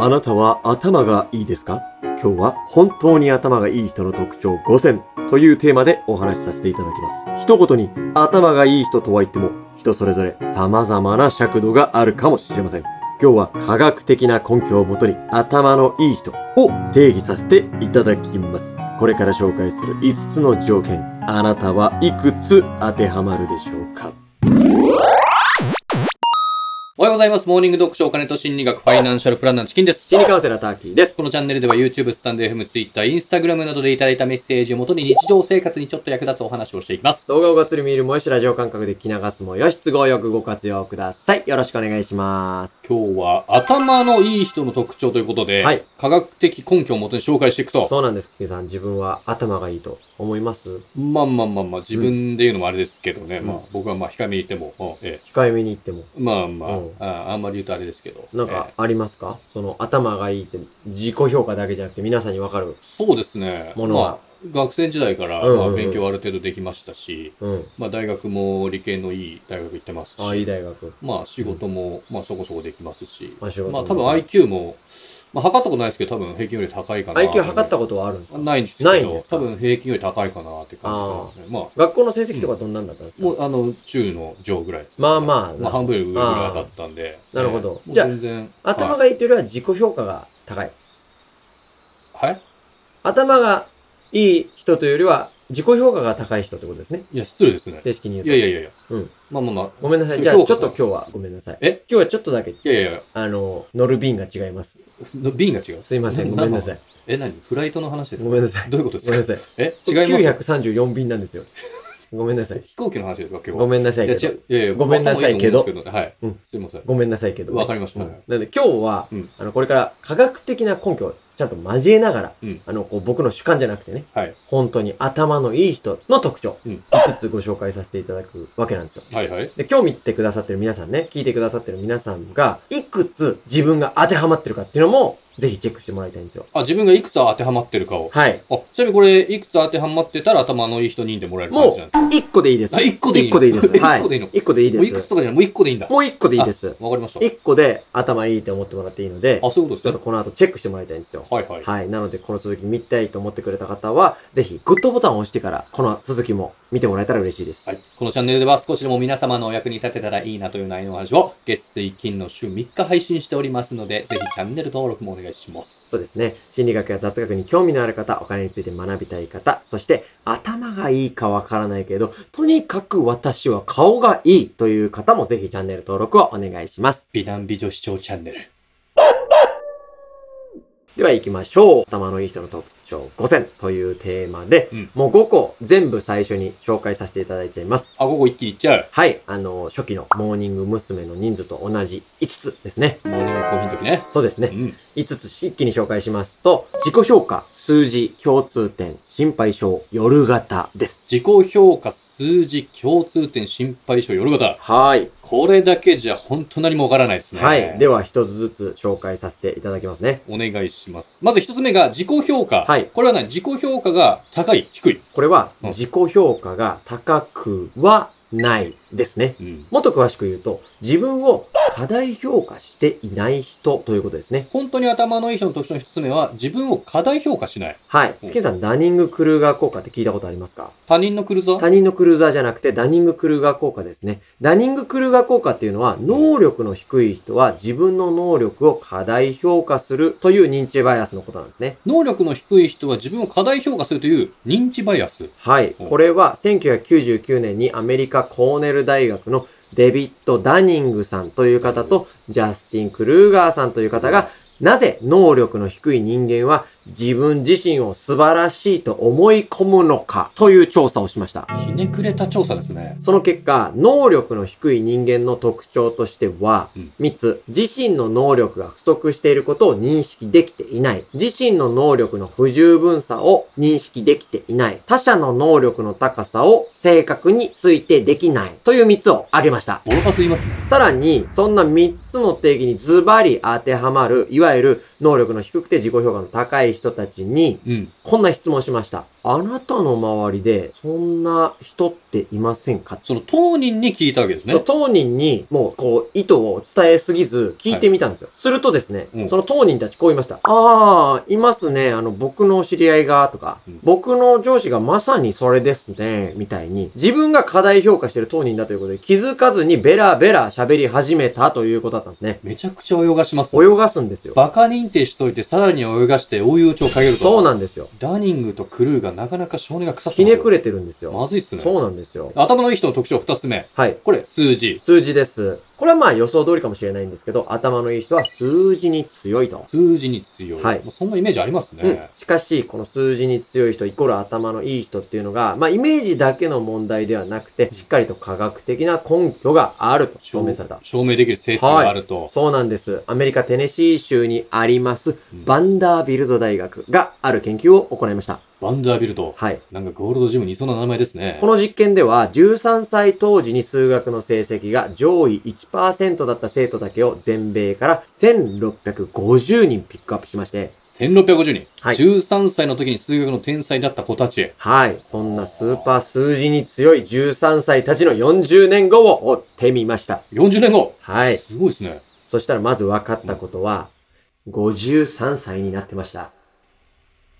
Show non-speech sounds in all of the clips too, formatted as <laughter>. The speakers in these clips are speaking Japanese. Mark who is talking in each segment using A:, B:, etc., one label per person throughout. A: あなたは頭がいいですか今日は本当に頭がいい人の特徴5選というテーマでお話しさせていただきます。一言に頭がいい人とは言っても人それぞれ様々な尺度があるかもしれません。今日は科学的な根拠をもとに頭のいい人を定義させていただきます。これから紹介する5つの条件、あなたはいくつ当てはまるでしょうか
B: おはようございます。モーニング読書お金と心理学ファイナンシャルプランナーのチキンです
A: 心。理カウンセラーターキーです。
B: このチャンネルでは YouTube、スタンド FM、Twitter、Instagram などでいただいたメッセージをもとに日常生活にちょっと役立つお話をしていきます。
A: 動画をがっつり見るもよし、ラジオ感覚で聞き流すもよし、都合よくご活用ください。よろしくお願いします。
B: 今日は頭のいい人の特徴ということで、
A: はい
B: 科学的根拠をもとに紹介していくと、
A: そうなんです、キキさん。自分は頭がいいと思います
B: まあまあまあまあ、自分で言うのもあれですけどね、
A: うん
B: まあ僕はまあ控えめに言っても、うんええ
A: 控えめに言っても。
B: まあまあ、
A: うん
B: ああんまり言うとあれですけど、
A: なん
B: ええ
A: かありますか、その頭がいいって自己評価だけじゃなくて皆さんにわかる
B: そうですね。
A: ものは
B: まあ、学生時代から、
A: うんうんうん
B: まあ、勉強ある程度できましたし、
A: うん。
B: まあ、大学も理系のいい大学行ってますし、
A: ああ、いい大学。
B: まあ、仕事も、まあ、そこそこできますし、
A: まあ仕事も
B: まあ、多分 IQ も、まあ、測ったことないですけど、多分平均より高いかな。
A: IQ 測ったことはあるんですか
B: ないんですけど、
A: ないんですか
B: 多分平均より高いかなって感じですね。まあ、
A: 学校の成績とかどんなんだったんですか、
B: もう、あの、中の上ぐらいです、
A: まあまあ
B: まあ、半分より上ぐらいだったんで。
A: あーなるほど
B: ええもう
A: じゃあ
B: 全然。
A: 頭
B: はい
A: がいいというよりは自己評価が高い。
B: はい
A: 頭がいい人というよりは自己評価が高い人ってことですね。
B: いや、失礼ですね。
A: 正式に言うと。
B: いやいやいやいや。
A: うん
B: まあまあまあ。
A: ごめんなさい。
B: 評
A: じゃ
B: 価
A: あ、ちょっと今日はごめんなさい。
B: え
A: 今日はちょっとだけ、
B: いやいやいや。
A: あの、乗る便が違います。
B: の瓶が違う。
A: すいません。ごめんなさ
B: い。
A: い。
B: え、何フライトの話ですか
A: ごめんなさい。
B: どういうことで
A: ごめん
B: す
A: な
B: か
A: さい。
B: え、 <laughs> 違います
A: 934便なんですよ。ごめんなさい。
B: 飛行機の話ですか今日
A: ご
B: は。
A: めんなさい
B: いや、
A: け
B: 違
A: ど。
B: う。いやいや、
A: ごめんなさいけど
B: 僕は頭いいと思うんですけどねはい。すいません。
A: ごめんなさいけどね。
B: わかりました
A: うんなんで今日は
B: うん、
A: あの、これから科学的な根拠をちゃんと交えながら
B: うん、
A: あの、こう僕の主観じゃなくてね、
B: はい。
A: 本当に頭のいい人の特徴、
B: うん
A: 5つご紹介させていただくわけなんですよ。
B: はいはい。
A: で、今日見てくださってる皆さんね、聞いてくださってる皆さんが、いくつ自分が当てはまってるかっていうのも、ぜひチェックしてもらいたいんですよ。
B: あ、自分がいくつ当てはまってるかを。
A: はい。
B: あ、ちなみにこれ、いくつ当てはまってたら頭のいい人認でもらえる
A: も
B: 感
A: う
B: じなんですか、
A: 一個でいいです。
B: あ一個でいいの
A: 一個でいい
B: <laughs>
A: です。はい。
B: 一個でいいの
A: 一個でいい
B: も
A: で
B: ういくつ
A: す。
B: とかじゃない、もう1個でいいんだ。
A: もう一個でいいです。
B: わかりました。
A: 一個で頭いいって思ってもらっていいので
B: あ、、そういうこと
A: ちょ
B: で
A: っと
B: すね。
A: この後チェックしてもらいたいんですよ。
B: はいはい。
A: はい。なので、この続き見たいと思ってくれた方は、ぜひ、グッドボタンを押してから、この続きも見てもらえたら嬉しいです。
B: はい。このチャンネルでは少しでも皆様のお役に立てたらいいなという内容のお話を月水金の週3日配信しておりますので、ぜひチャンネル登録もお願いします。
A: そうですね。心理学や雑学に興味のある方、お金について学びたい方、そして頭がいいかわからないけど、とにかく私は顔がいいという方もぜひチャンネル登録をお願いします。
B: 美男美女視聴チャンネル。
A: では行きましょう。頭のいい人の特徴5選というテーマで、
B: うん
A: もう5個全部最初に紹介させていただいちゃいます。
B: あ、ここ一気にいっちゃう。
A: はい。あの、初期のモーニング娘。の人数と同じ5つですね。
B: モーニングコーヒーの時ね。
A: そうです
B: う
A: ね。
B: ん。
A: 5つ一気に紹介しますと、自己評価、数字、共通点、心配性、夜型です。
B: 自己評価、数字、共通点、心配性、夜型。
A: はい。
B: これだけじゃ本当何もわからないですね。
A: はい。で
B: は、
A: は、一つずつ紹介させていただきますね。
B: お願いします。まず一つ目が自己評価。
A: はい
B: これは何自己評価が高い、低い。
A: これは、
B: うん
A: 自己評価が高くはないですね。
B: うん。
A: もっと詳しく言うと、自分を過大評価していない人ということですね。
B: 本当に頭のいい人の特徴の一つ目は、自分を過大評価しない。
A: はい。
B: うん
A: チキンさん、ダニング・クルーガー効果って聞いたことありますか
B: 他人の来るぞ。
A: 他人のクルーザーじゃなくて、ダニング・クルーガー効果ですね。ダニング・クルーガー効果っていうのは、能力の低い人は自分の能力を過大評価するという認知バイアスのことなんですね。
B: 能力の低い人は自分を過大評価するという認知バイアス。
A: はい。
B: うん
A: これは1999年にアメリカコーネル大学のデビッド・ダニングさんという方とジャスティン・クルーガーさんという方がなぜ能力の低い人間は自分自身を素晴らしいと思い込むのかという調査をしました。
B: ひねくれた調査ですね。
A: その結果、能力の低い人間の特徴としては
B: うん、
A: 3つ、自身の能力が不足していることを認識できていない、自身の能力の不十分さを認識できていない、他者の能力の高さを正確に推定できない、という3つを挙げました。
B: ボロカス言いますね。
A: さらに、そんな3つの定義にズバリ当てはまる、いわゆる能力の低くて自己評価の高い人たちに、
B: うん。
A: こんな質問しました。あなたの周りで、そんな人っていませんか
B: その当人に聞いたわけですね。
A: そう、当人に、もう、こう、意図を伝えすぎず、聞いてみたんですよ。するとですね、
B: うん
A: その当人たちこう言いました。ああ、いますね、あの、僕の知り合いが、とか、
B: うん
A: 僕の上司がまさにそれですね、みたいに、自分が過大評価してる当人だということで、気づかずにベラベラ喋り始めたということだったんですね。
B: めちゃくちゃ泳がします、
A: 泳がすんですよ。
B: バカ認定しといて、さらに泳がして、追い打ちをかけると。
A: そうなんですよ。
B: ダニングとクルーがなかなか性根が腐って
A: ひ
B: ますよ
A: ねくれてるんですよ。
B: まずいっすね。
A: そうなんですよ。
B: 頭のいい人の特徴二つ目。
A: はい。
B: これ、数字。
A: 数字です。これはまあ予想通りかもしれないんですけど、頭のいい人は数字に強いと。
B: 数字に強い。
A: はい
B: もうそんなイメージあります
A: うん
B: ね。、
A: しかし、この数字に強い人、イコール頭のいい人っていうのが、まあ、イメージだけの問題ではなくて、しっかりと科学的な根拠があると証明された。
B: 証明できる性質があると。
A: そうなんです。アメリカ・テネシー州にあります、
B: うん
A: バンダービルド大学がある研究を行いました。
B: バンダービルド。
A: はい。
B: なんかゴールドジムにいそうな名前ですね。
A: この実験では、13歳当時に数学の成績が上位1%だった生徒だけを全米から1650人ピックアップしまして、
B: 1650人。
A: はい
B: 13歳の時に数学の天才だった子たち。
A: はい。そんなスーパー数字に強い13歳たちの40年後を追ってみました。
B: 40年後。
A: はい。
B: すごいですね。
A: そしたらまず分かったことは、53歳になってました。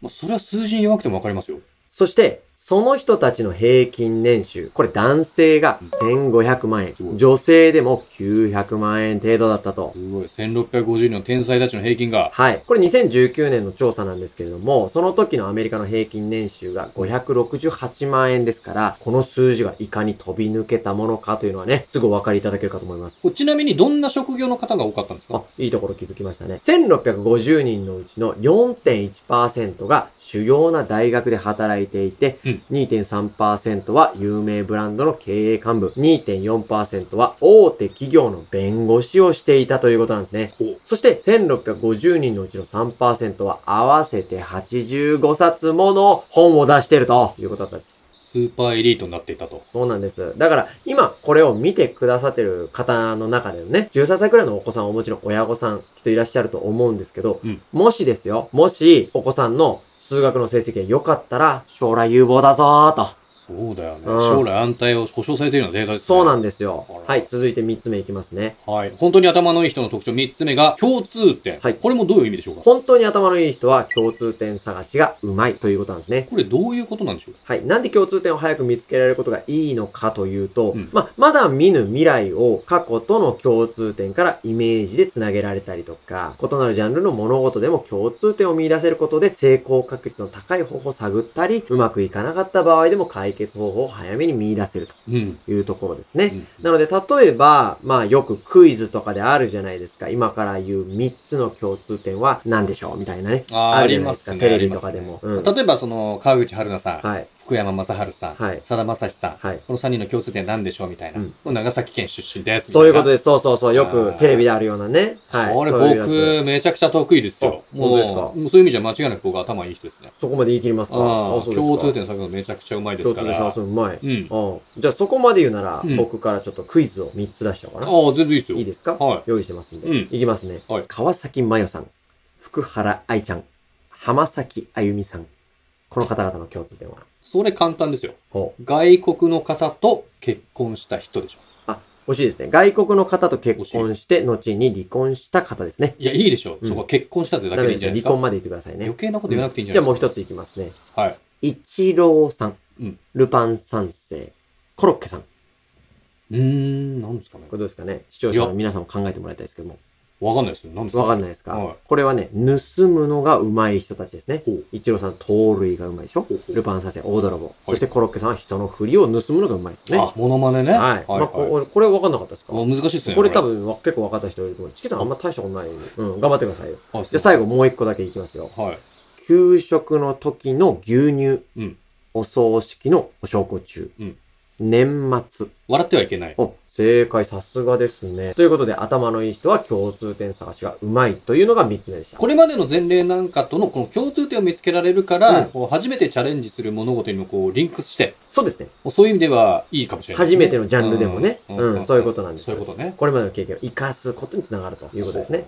B: まあ、それは数字に弱くてもわかりますよ。
A: そして、その人たちの平均年収、これ男性が1500万
B: すご
A: 円、
B: い
A: 女性でも900万円程度だったと。
B: すごい。1650人の天才たちの平均が。
A: はい。これ2019年の調査なんですけれども、その時のアメリカの平均年収が568万円ですから、この数字がいかに飛び抜けたものかというのはね、すぐお分かりいただけるかと思います。
B: これちなみにどんな職業の方が多かったんです
A: あ
B: か、
A: いいところ気づきましたね。1650人のうちの4.1%が主要な大学で働いていて、
B: うん
A: 2.3%は有名ブランドの経営幹部、2.4%は大手企業の弁護士をしていたということなんですね。
B: こう
A: そして、1650人のうちの3%は合わせて85冊もの本を出しているということだったんです。
B: スーパーエリートになっていたと。
A: そうなんです。だから、今これを見てくださってる方の中でのね、13歳くらいのお子さんをお持ちの親御さん、きっといらっしゃると思うんですけど、
B: うん
A: もしですよ、もしお子さんの数学の成績が良かったら、将来有望だぞーと。
B: そうだよね。
A: うん
B: 将来安泰を保証されているようなデータですね。
A: そうなんんですよ
B: あら。
A: はい、続いて3つ目いきますね。
B: はい。本当に頭のいい人の特徴3つ目が共通点。
A: はい
B: これもどういう意味でしょうか
A: 本当に頭のいい人は共通点探しがうまいということなんですね。
B: これどういうことなんでしょうか
A: はい。なんで共通点を早く見つけられることがいいのかというと、
B: うん
A: まあ、まだ見ぬ未来を過去との共通点からイメージでつなげられたりとか、異なるジャンルの物事でも共通点を見出せることで成功確率の高い方法を探ったり、うまくいかなかった場合でも解決方法を早めに見出せると
B: うん。
A: いうところですね。
B: うん
A: なので、例えば、まあ、よくクイズとかであるじゃないですか。今から言う3つの共通点は何でしょうみたいなね。
B: あー
A: あ
B: あ
A: るじゃ
B: り
A: ない
B: ま
A: ですか
B: すね。
A: テレビとかでも
B: あり
A: うん
B: ますね例えば、その、川口春奈さん、
A: はい。
B: 福山雅治さん、
A: はい
B: さだまさしさん、
A: はい。
B: この3人の共通点なんでしょうみたいな。
A: うん
B: これ長崎県出身です。
A: そういうこと
B: で
A: です。そうそうそう。よくテレビであるようなね。はい。
B: これ
A: そういうやつ
B: 僕、めちゃくちゃ得意ですよ。
A: あ本当ですか
B: もうもうそういう意味じゃ間違いなく僕頭いい人ですね。
A: そこまで言い切りますか
B: ああ、
A: そうですか
B: 共通点探るのめちゃくちゃうまいですから。
A: 共通点探すのうまい。
B: うん。
A: うん。じゃあそこまで言うなら、
B: うん
A: 僕からちょっとクイズを3つ出しちゃおうかな。
B: ああ、全然いいですよ。
A: いいですか
B: はい
A: 用意してますんで。
B: うん
A: いきますね
B: はい。
A: 川崎麻世さん、福原愛ちゃん、浜崎あゆみさん。この方々の共通点は。
B: それ簡単ですよ。
A: ほう
B: 外国の方と結婚した人でしょ。
A: 惜しいですね。外国の方と結婚して、後に離婚した方ですね。
B: いや、いいでしょ。
A: うん
B: そこは結婚したってだ
A: ダメ
B: けでいい
A: で
B: ん
A: す
B: じ
A: ね。離
B: ゃないですか。
A: 婚まで言ってくださいね
B: 余。計なこと言わなくていいんじゃ
A: じ
B: な
A: ゃ
B: い
A: あ
B: です
A: もう一
B: か。
A: ついきますね。
B: つ。はい。
A: 一郎さん、
B: うん
A: ルパン三世、コロッケさん。こ
B: うーん、なんですかね
A: れ。どうですかね視聴者の皆さんも考えてもらいたいですけども。
B: わかんないですよ。なんですか
A: わかんないですか、
B: はい
A: これはね、盗むのが上手い人たちですね。
B: ほう
A: 一郎さん、盗塁が上手いでしょ
B: ほうほう
A: ルパン三世、大泥棒。そしてコロッケさんは人の振りを盗むのが上手いですね。
B: あ、モノマネね。
A: はい。まあ、
B: は
A: ここれ分かんなかったですか
B: い。もう難しいですね。
A: これ多分わ結構分かった人いると思う。チキさんあんま大したことない。うん、頑張ってくださいよ。
B: 分。
A: じゃあ最後もう一個だけいきますよ。
B: 後。はい。
A: 給食の時の牛乳。
B: うん
A: お葬式のお焼香中。
B: うん
A: 年末。
B: 笑ってはいけない。
A: お、正解さすがですね。ということで、頭のいい人は共通点探しがうまいというのが3つ目でした。
B: これまでの前例なんかとのこの共通点を見つけられるから、
A: うん
B: こう初めてチャレンジする物事にもこうリンクして、
A: そうですね。
B: もうそういう意味ではいいかもしれないです
A: 初
B: ね、
A: めてのジャンルでもね。うん、そういうことなんです。
B: そういうことね。
A: これまでの経験を活かすことにつながるということですね。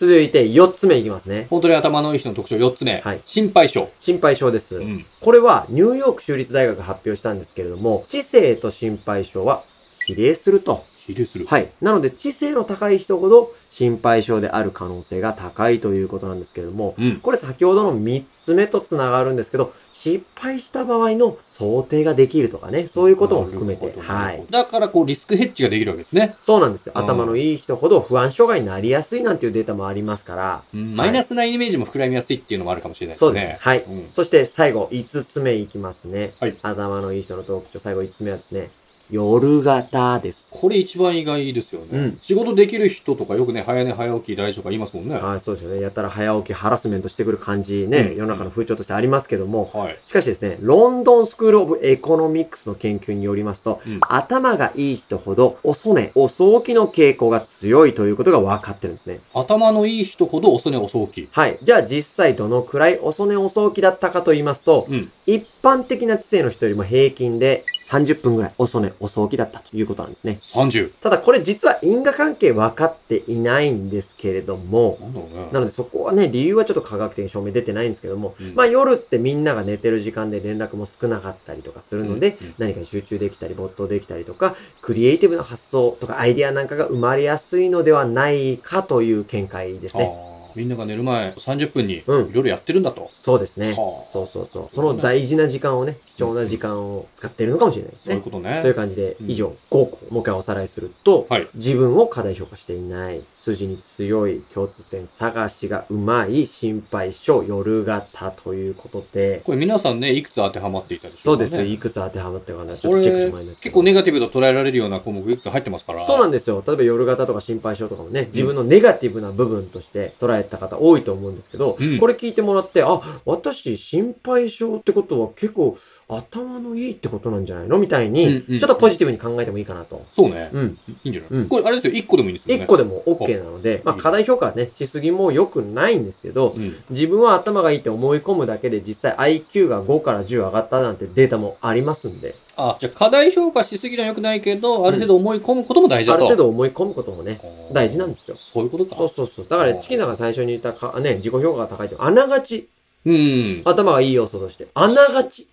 A: 続いて4つ目いきますね。
B: 本当に頭のいい人の特徴4つ目。
A: はい
B: 心配性。
A: 心配性です。
B: うん。
A: これはニューヨーク州立大学が発表したんですけれども、知性と心配性は比例すると。
B: 比例する。
A: はい。なので、知性の高い人ほど心配性である可能性が高いということなんですけれども、
B: うん。
A: これ先ほどの3つ目とつながるんですけど、失敗した場合の想定ができるとかね、そういうことも含め
B: な
A: て
B: る、ほど
A: はい。。
B: だから、こう、リスクヘッジができるわけですね。
A: そうなんですよ。
B: うん
A: 頭のいい人ほど不安障害になりやすいなんていうデータもありますから、
B: うんマイナスなイメージも膨らみやすいっていうのもあるかもしれないですね。
A: そうですね。はい。
B: うん
A: そして最後、5つ目いきますね。
B: はい
A: 頭のいい人の特徴、最後5つ目はですね、夜型です。
B: これ一番意外ですよね。
A: うん
B: 仕事できる人とかよくね、早寝早起き大事とか言いますもんね。は
A: はい、そうですよね。やたら早起き、ハラスメントしてくる感じね、
B: うん
A: 世の中の風潮としてありますけども、
B: い。
A: しかしですね、ロンドンスクール・オブ・エコノミックスの研究によりますと、
B: うん
A: 頭がいい人ほど、遅寝、遅起きの傾向が強いということが分かってるんですね。
B: 頭のいい人ほど遅寝遅起き。
A: はい。じゃあ実際どのくらい遅寝遅起きだったかと言いますと、
B: うん。
A: 一般的な知性の人よりも平均で30分ぐらい遅寝遅起きだったということなんですね。
B: 30。
A: ただこれ実は因果関係分かっていないんですけれども、
B: なんだろうね。
A: なのでそこはね、理由はちょっと科学的に証明出てないんですけども、
B: うん
A: まあ夜ってみんなが寝てる時間で連絡も少なかったりとかするので、
B: うんうん
A: 何かに集中できたり没頭できたりとか、クリエイティブな発想とかアイデアなんかが生まれやすいのではないかという見解ですね。
B: あーみんなが寝る前30分にいろ
A: うん
B: いろやってるんだと。
A: そうですね。
B: はあ
A: そうそうそう。その大事な時間をね、貴重な時間を使っているのかもしれないです
B: そうい
A: ね
B: う。ことね。
A: という感じで、
B: うん
A: 以上5個、もう一回おさらいすると、
B: はい
A: 自分を過大評価していない、数字に強い、共通点探しがうまい、心配性、夜型ということで、
B: これ皆さんね、いくつ当てはまっていたでし
A: そ
B: ょう
A: う
B: か、
A: で
B: ね。
A: す。いくつ当てはまったかな、ちょ
B: こ
A: っ
B: れ
A: とチェックしてもらいますけ
B: 結
A: ど。
B: 構ネガティブと捉えられるような項目いくつ入ってますから。
A: そうなんですよ。例えば夜型とか心配性とかもね、自分のネガティブな部分として捉えた方多いと思うんですけど、
B: うん
A: これ聞いてもらって、あ、私心配性ってことは結構頭のいいってことなんじゃないのみたいに、
B: うんうん
A: ちょっとポジティブに考えてもいいかなと。
B: そうね。
A: うん。
B: いいんじゃない、
A: うん
B: これあれですよ、1個でもいいんですよね。
A: 一個でも OK なので、まあ
B: いいね
A: 課題評価はね、しすぎも良くないんですけど、
B: うん。
A: 自分は頭がいいって思い込むだけで実際 IQ が5から10上がったなんてデータもありますんで、
B: あ、じゃあ課題評価しすぎるのは良くないけど、ある程度思い込むことも大事
A: あ
B: だ
A: る
B: と。
A: 程度思い込むこともね、
B: 度
A: 大事なんですよ
B: そういうことか。
A: そうそうそう。だから、チキンさんが最初に言ったか、ね、自己評価が高いって、あながち、
B: うん。
A: 頭がいい要素として、あながち。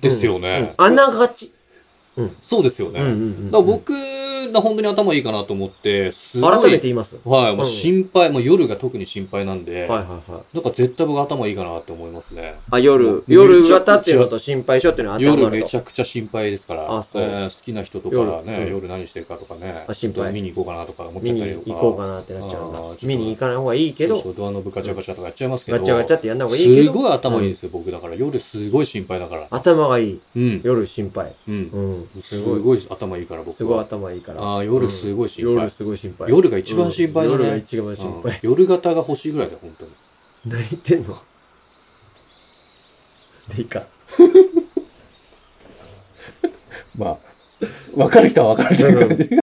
B: ですよね
A: うんあながち。
B: そうですよ
A: う
B: ね。
A: んうん
B: だか
A: うん。
B: ら僕が本当に頭いいかなと思って、すごい。
A: 改めて言います。は
B: はい、もううん心配、もう夜が特に心配なん
A: い
B: で、
A: はいはい。
B: なんか絶対僕頭いいかなって思いますね。
A: あ、夜、
B: め
A: 夜
B: ちゃくち
A: 型
B: ゃ
A: っていうのと心配性っていうのは頭
B: 夜
A: ある
B: め
A: と
B: ち。ゃくちゃ心配ですから、
A: あそう
B: えー好きな人とかね、
A: 夜うん
B: 夜何してるかとかね、
A: あ心配
B: ちょっと見に行こうかなとか思っち
A: 見
B: ゃった
A: に
B: りとか。
A: 行こうかなってなっちゃうんだ
B: あーちょっ。と
A: 見に行かない方がいいけ
B: そうそ
A: ど、
B: うドアノブガチャガチャとかやっちゃいますけど、
A: ガチャガチャってやんない方がいいけ
B: す
A: ど、
B: ごい頭いいですよ、僕だから。夜すごい心配だから。
A: 頭がいい。
B: うん。
A: 夜心配。
B: うん。
A: うん。
B: す
A: す
B: ご
A: ご
B: い
A: い。
B: 頭いいから僕は。
A: すごい頭いいから。
B: ああ、夜すごい心配。
A: 夜すごい心配。
B: 夜が一番心
A: う
B: 配だね
A: ん夜が一番心
B: うん
A: 配。
B: 夜型が欲しいぐらいだよ、本当に。
A: 何言ってんの <laughs> でいいか。
B: まあ、分かる人は分かる
A: という感じ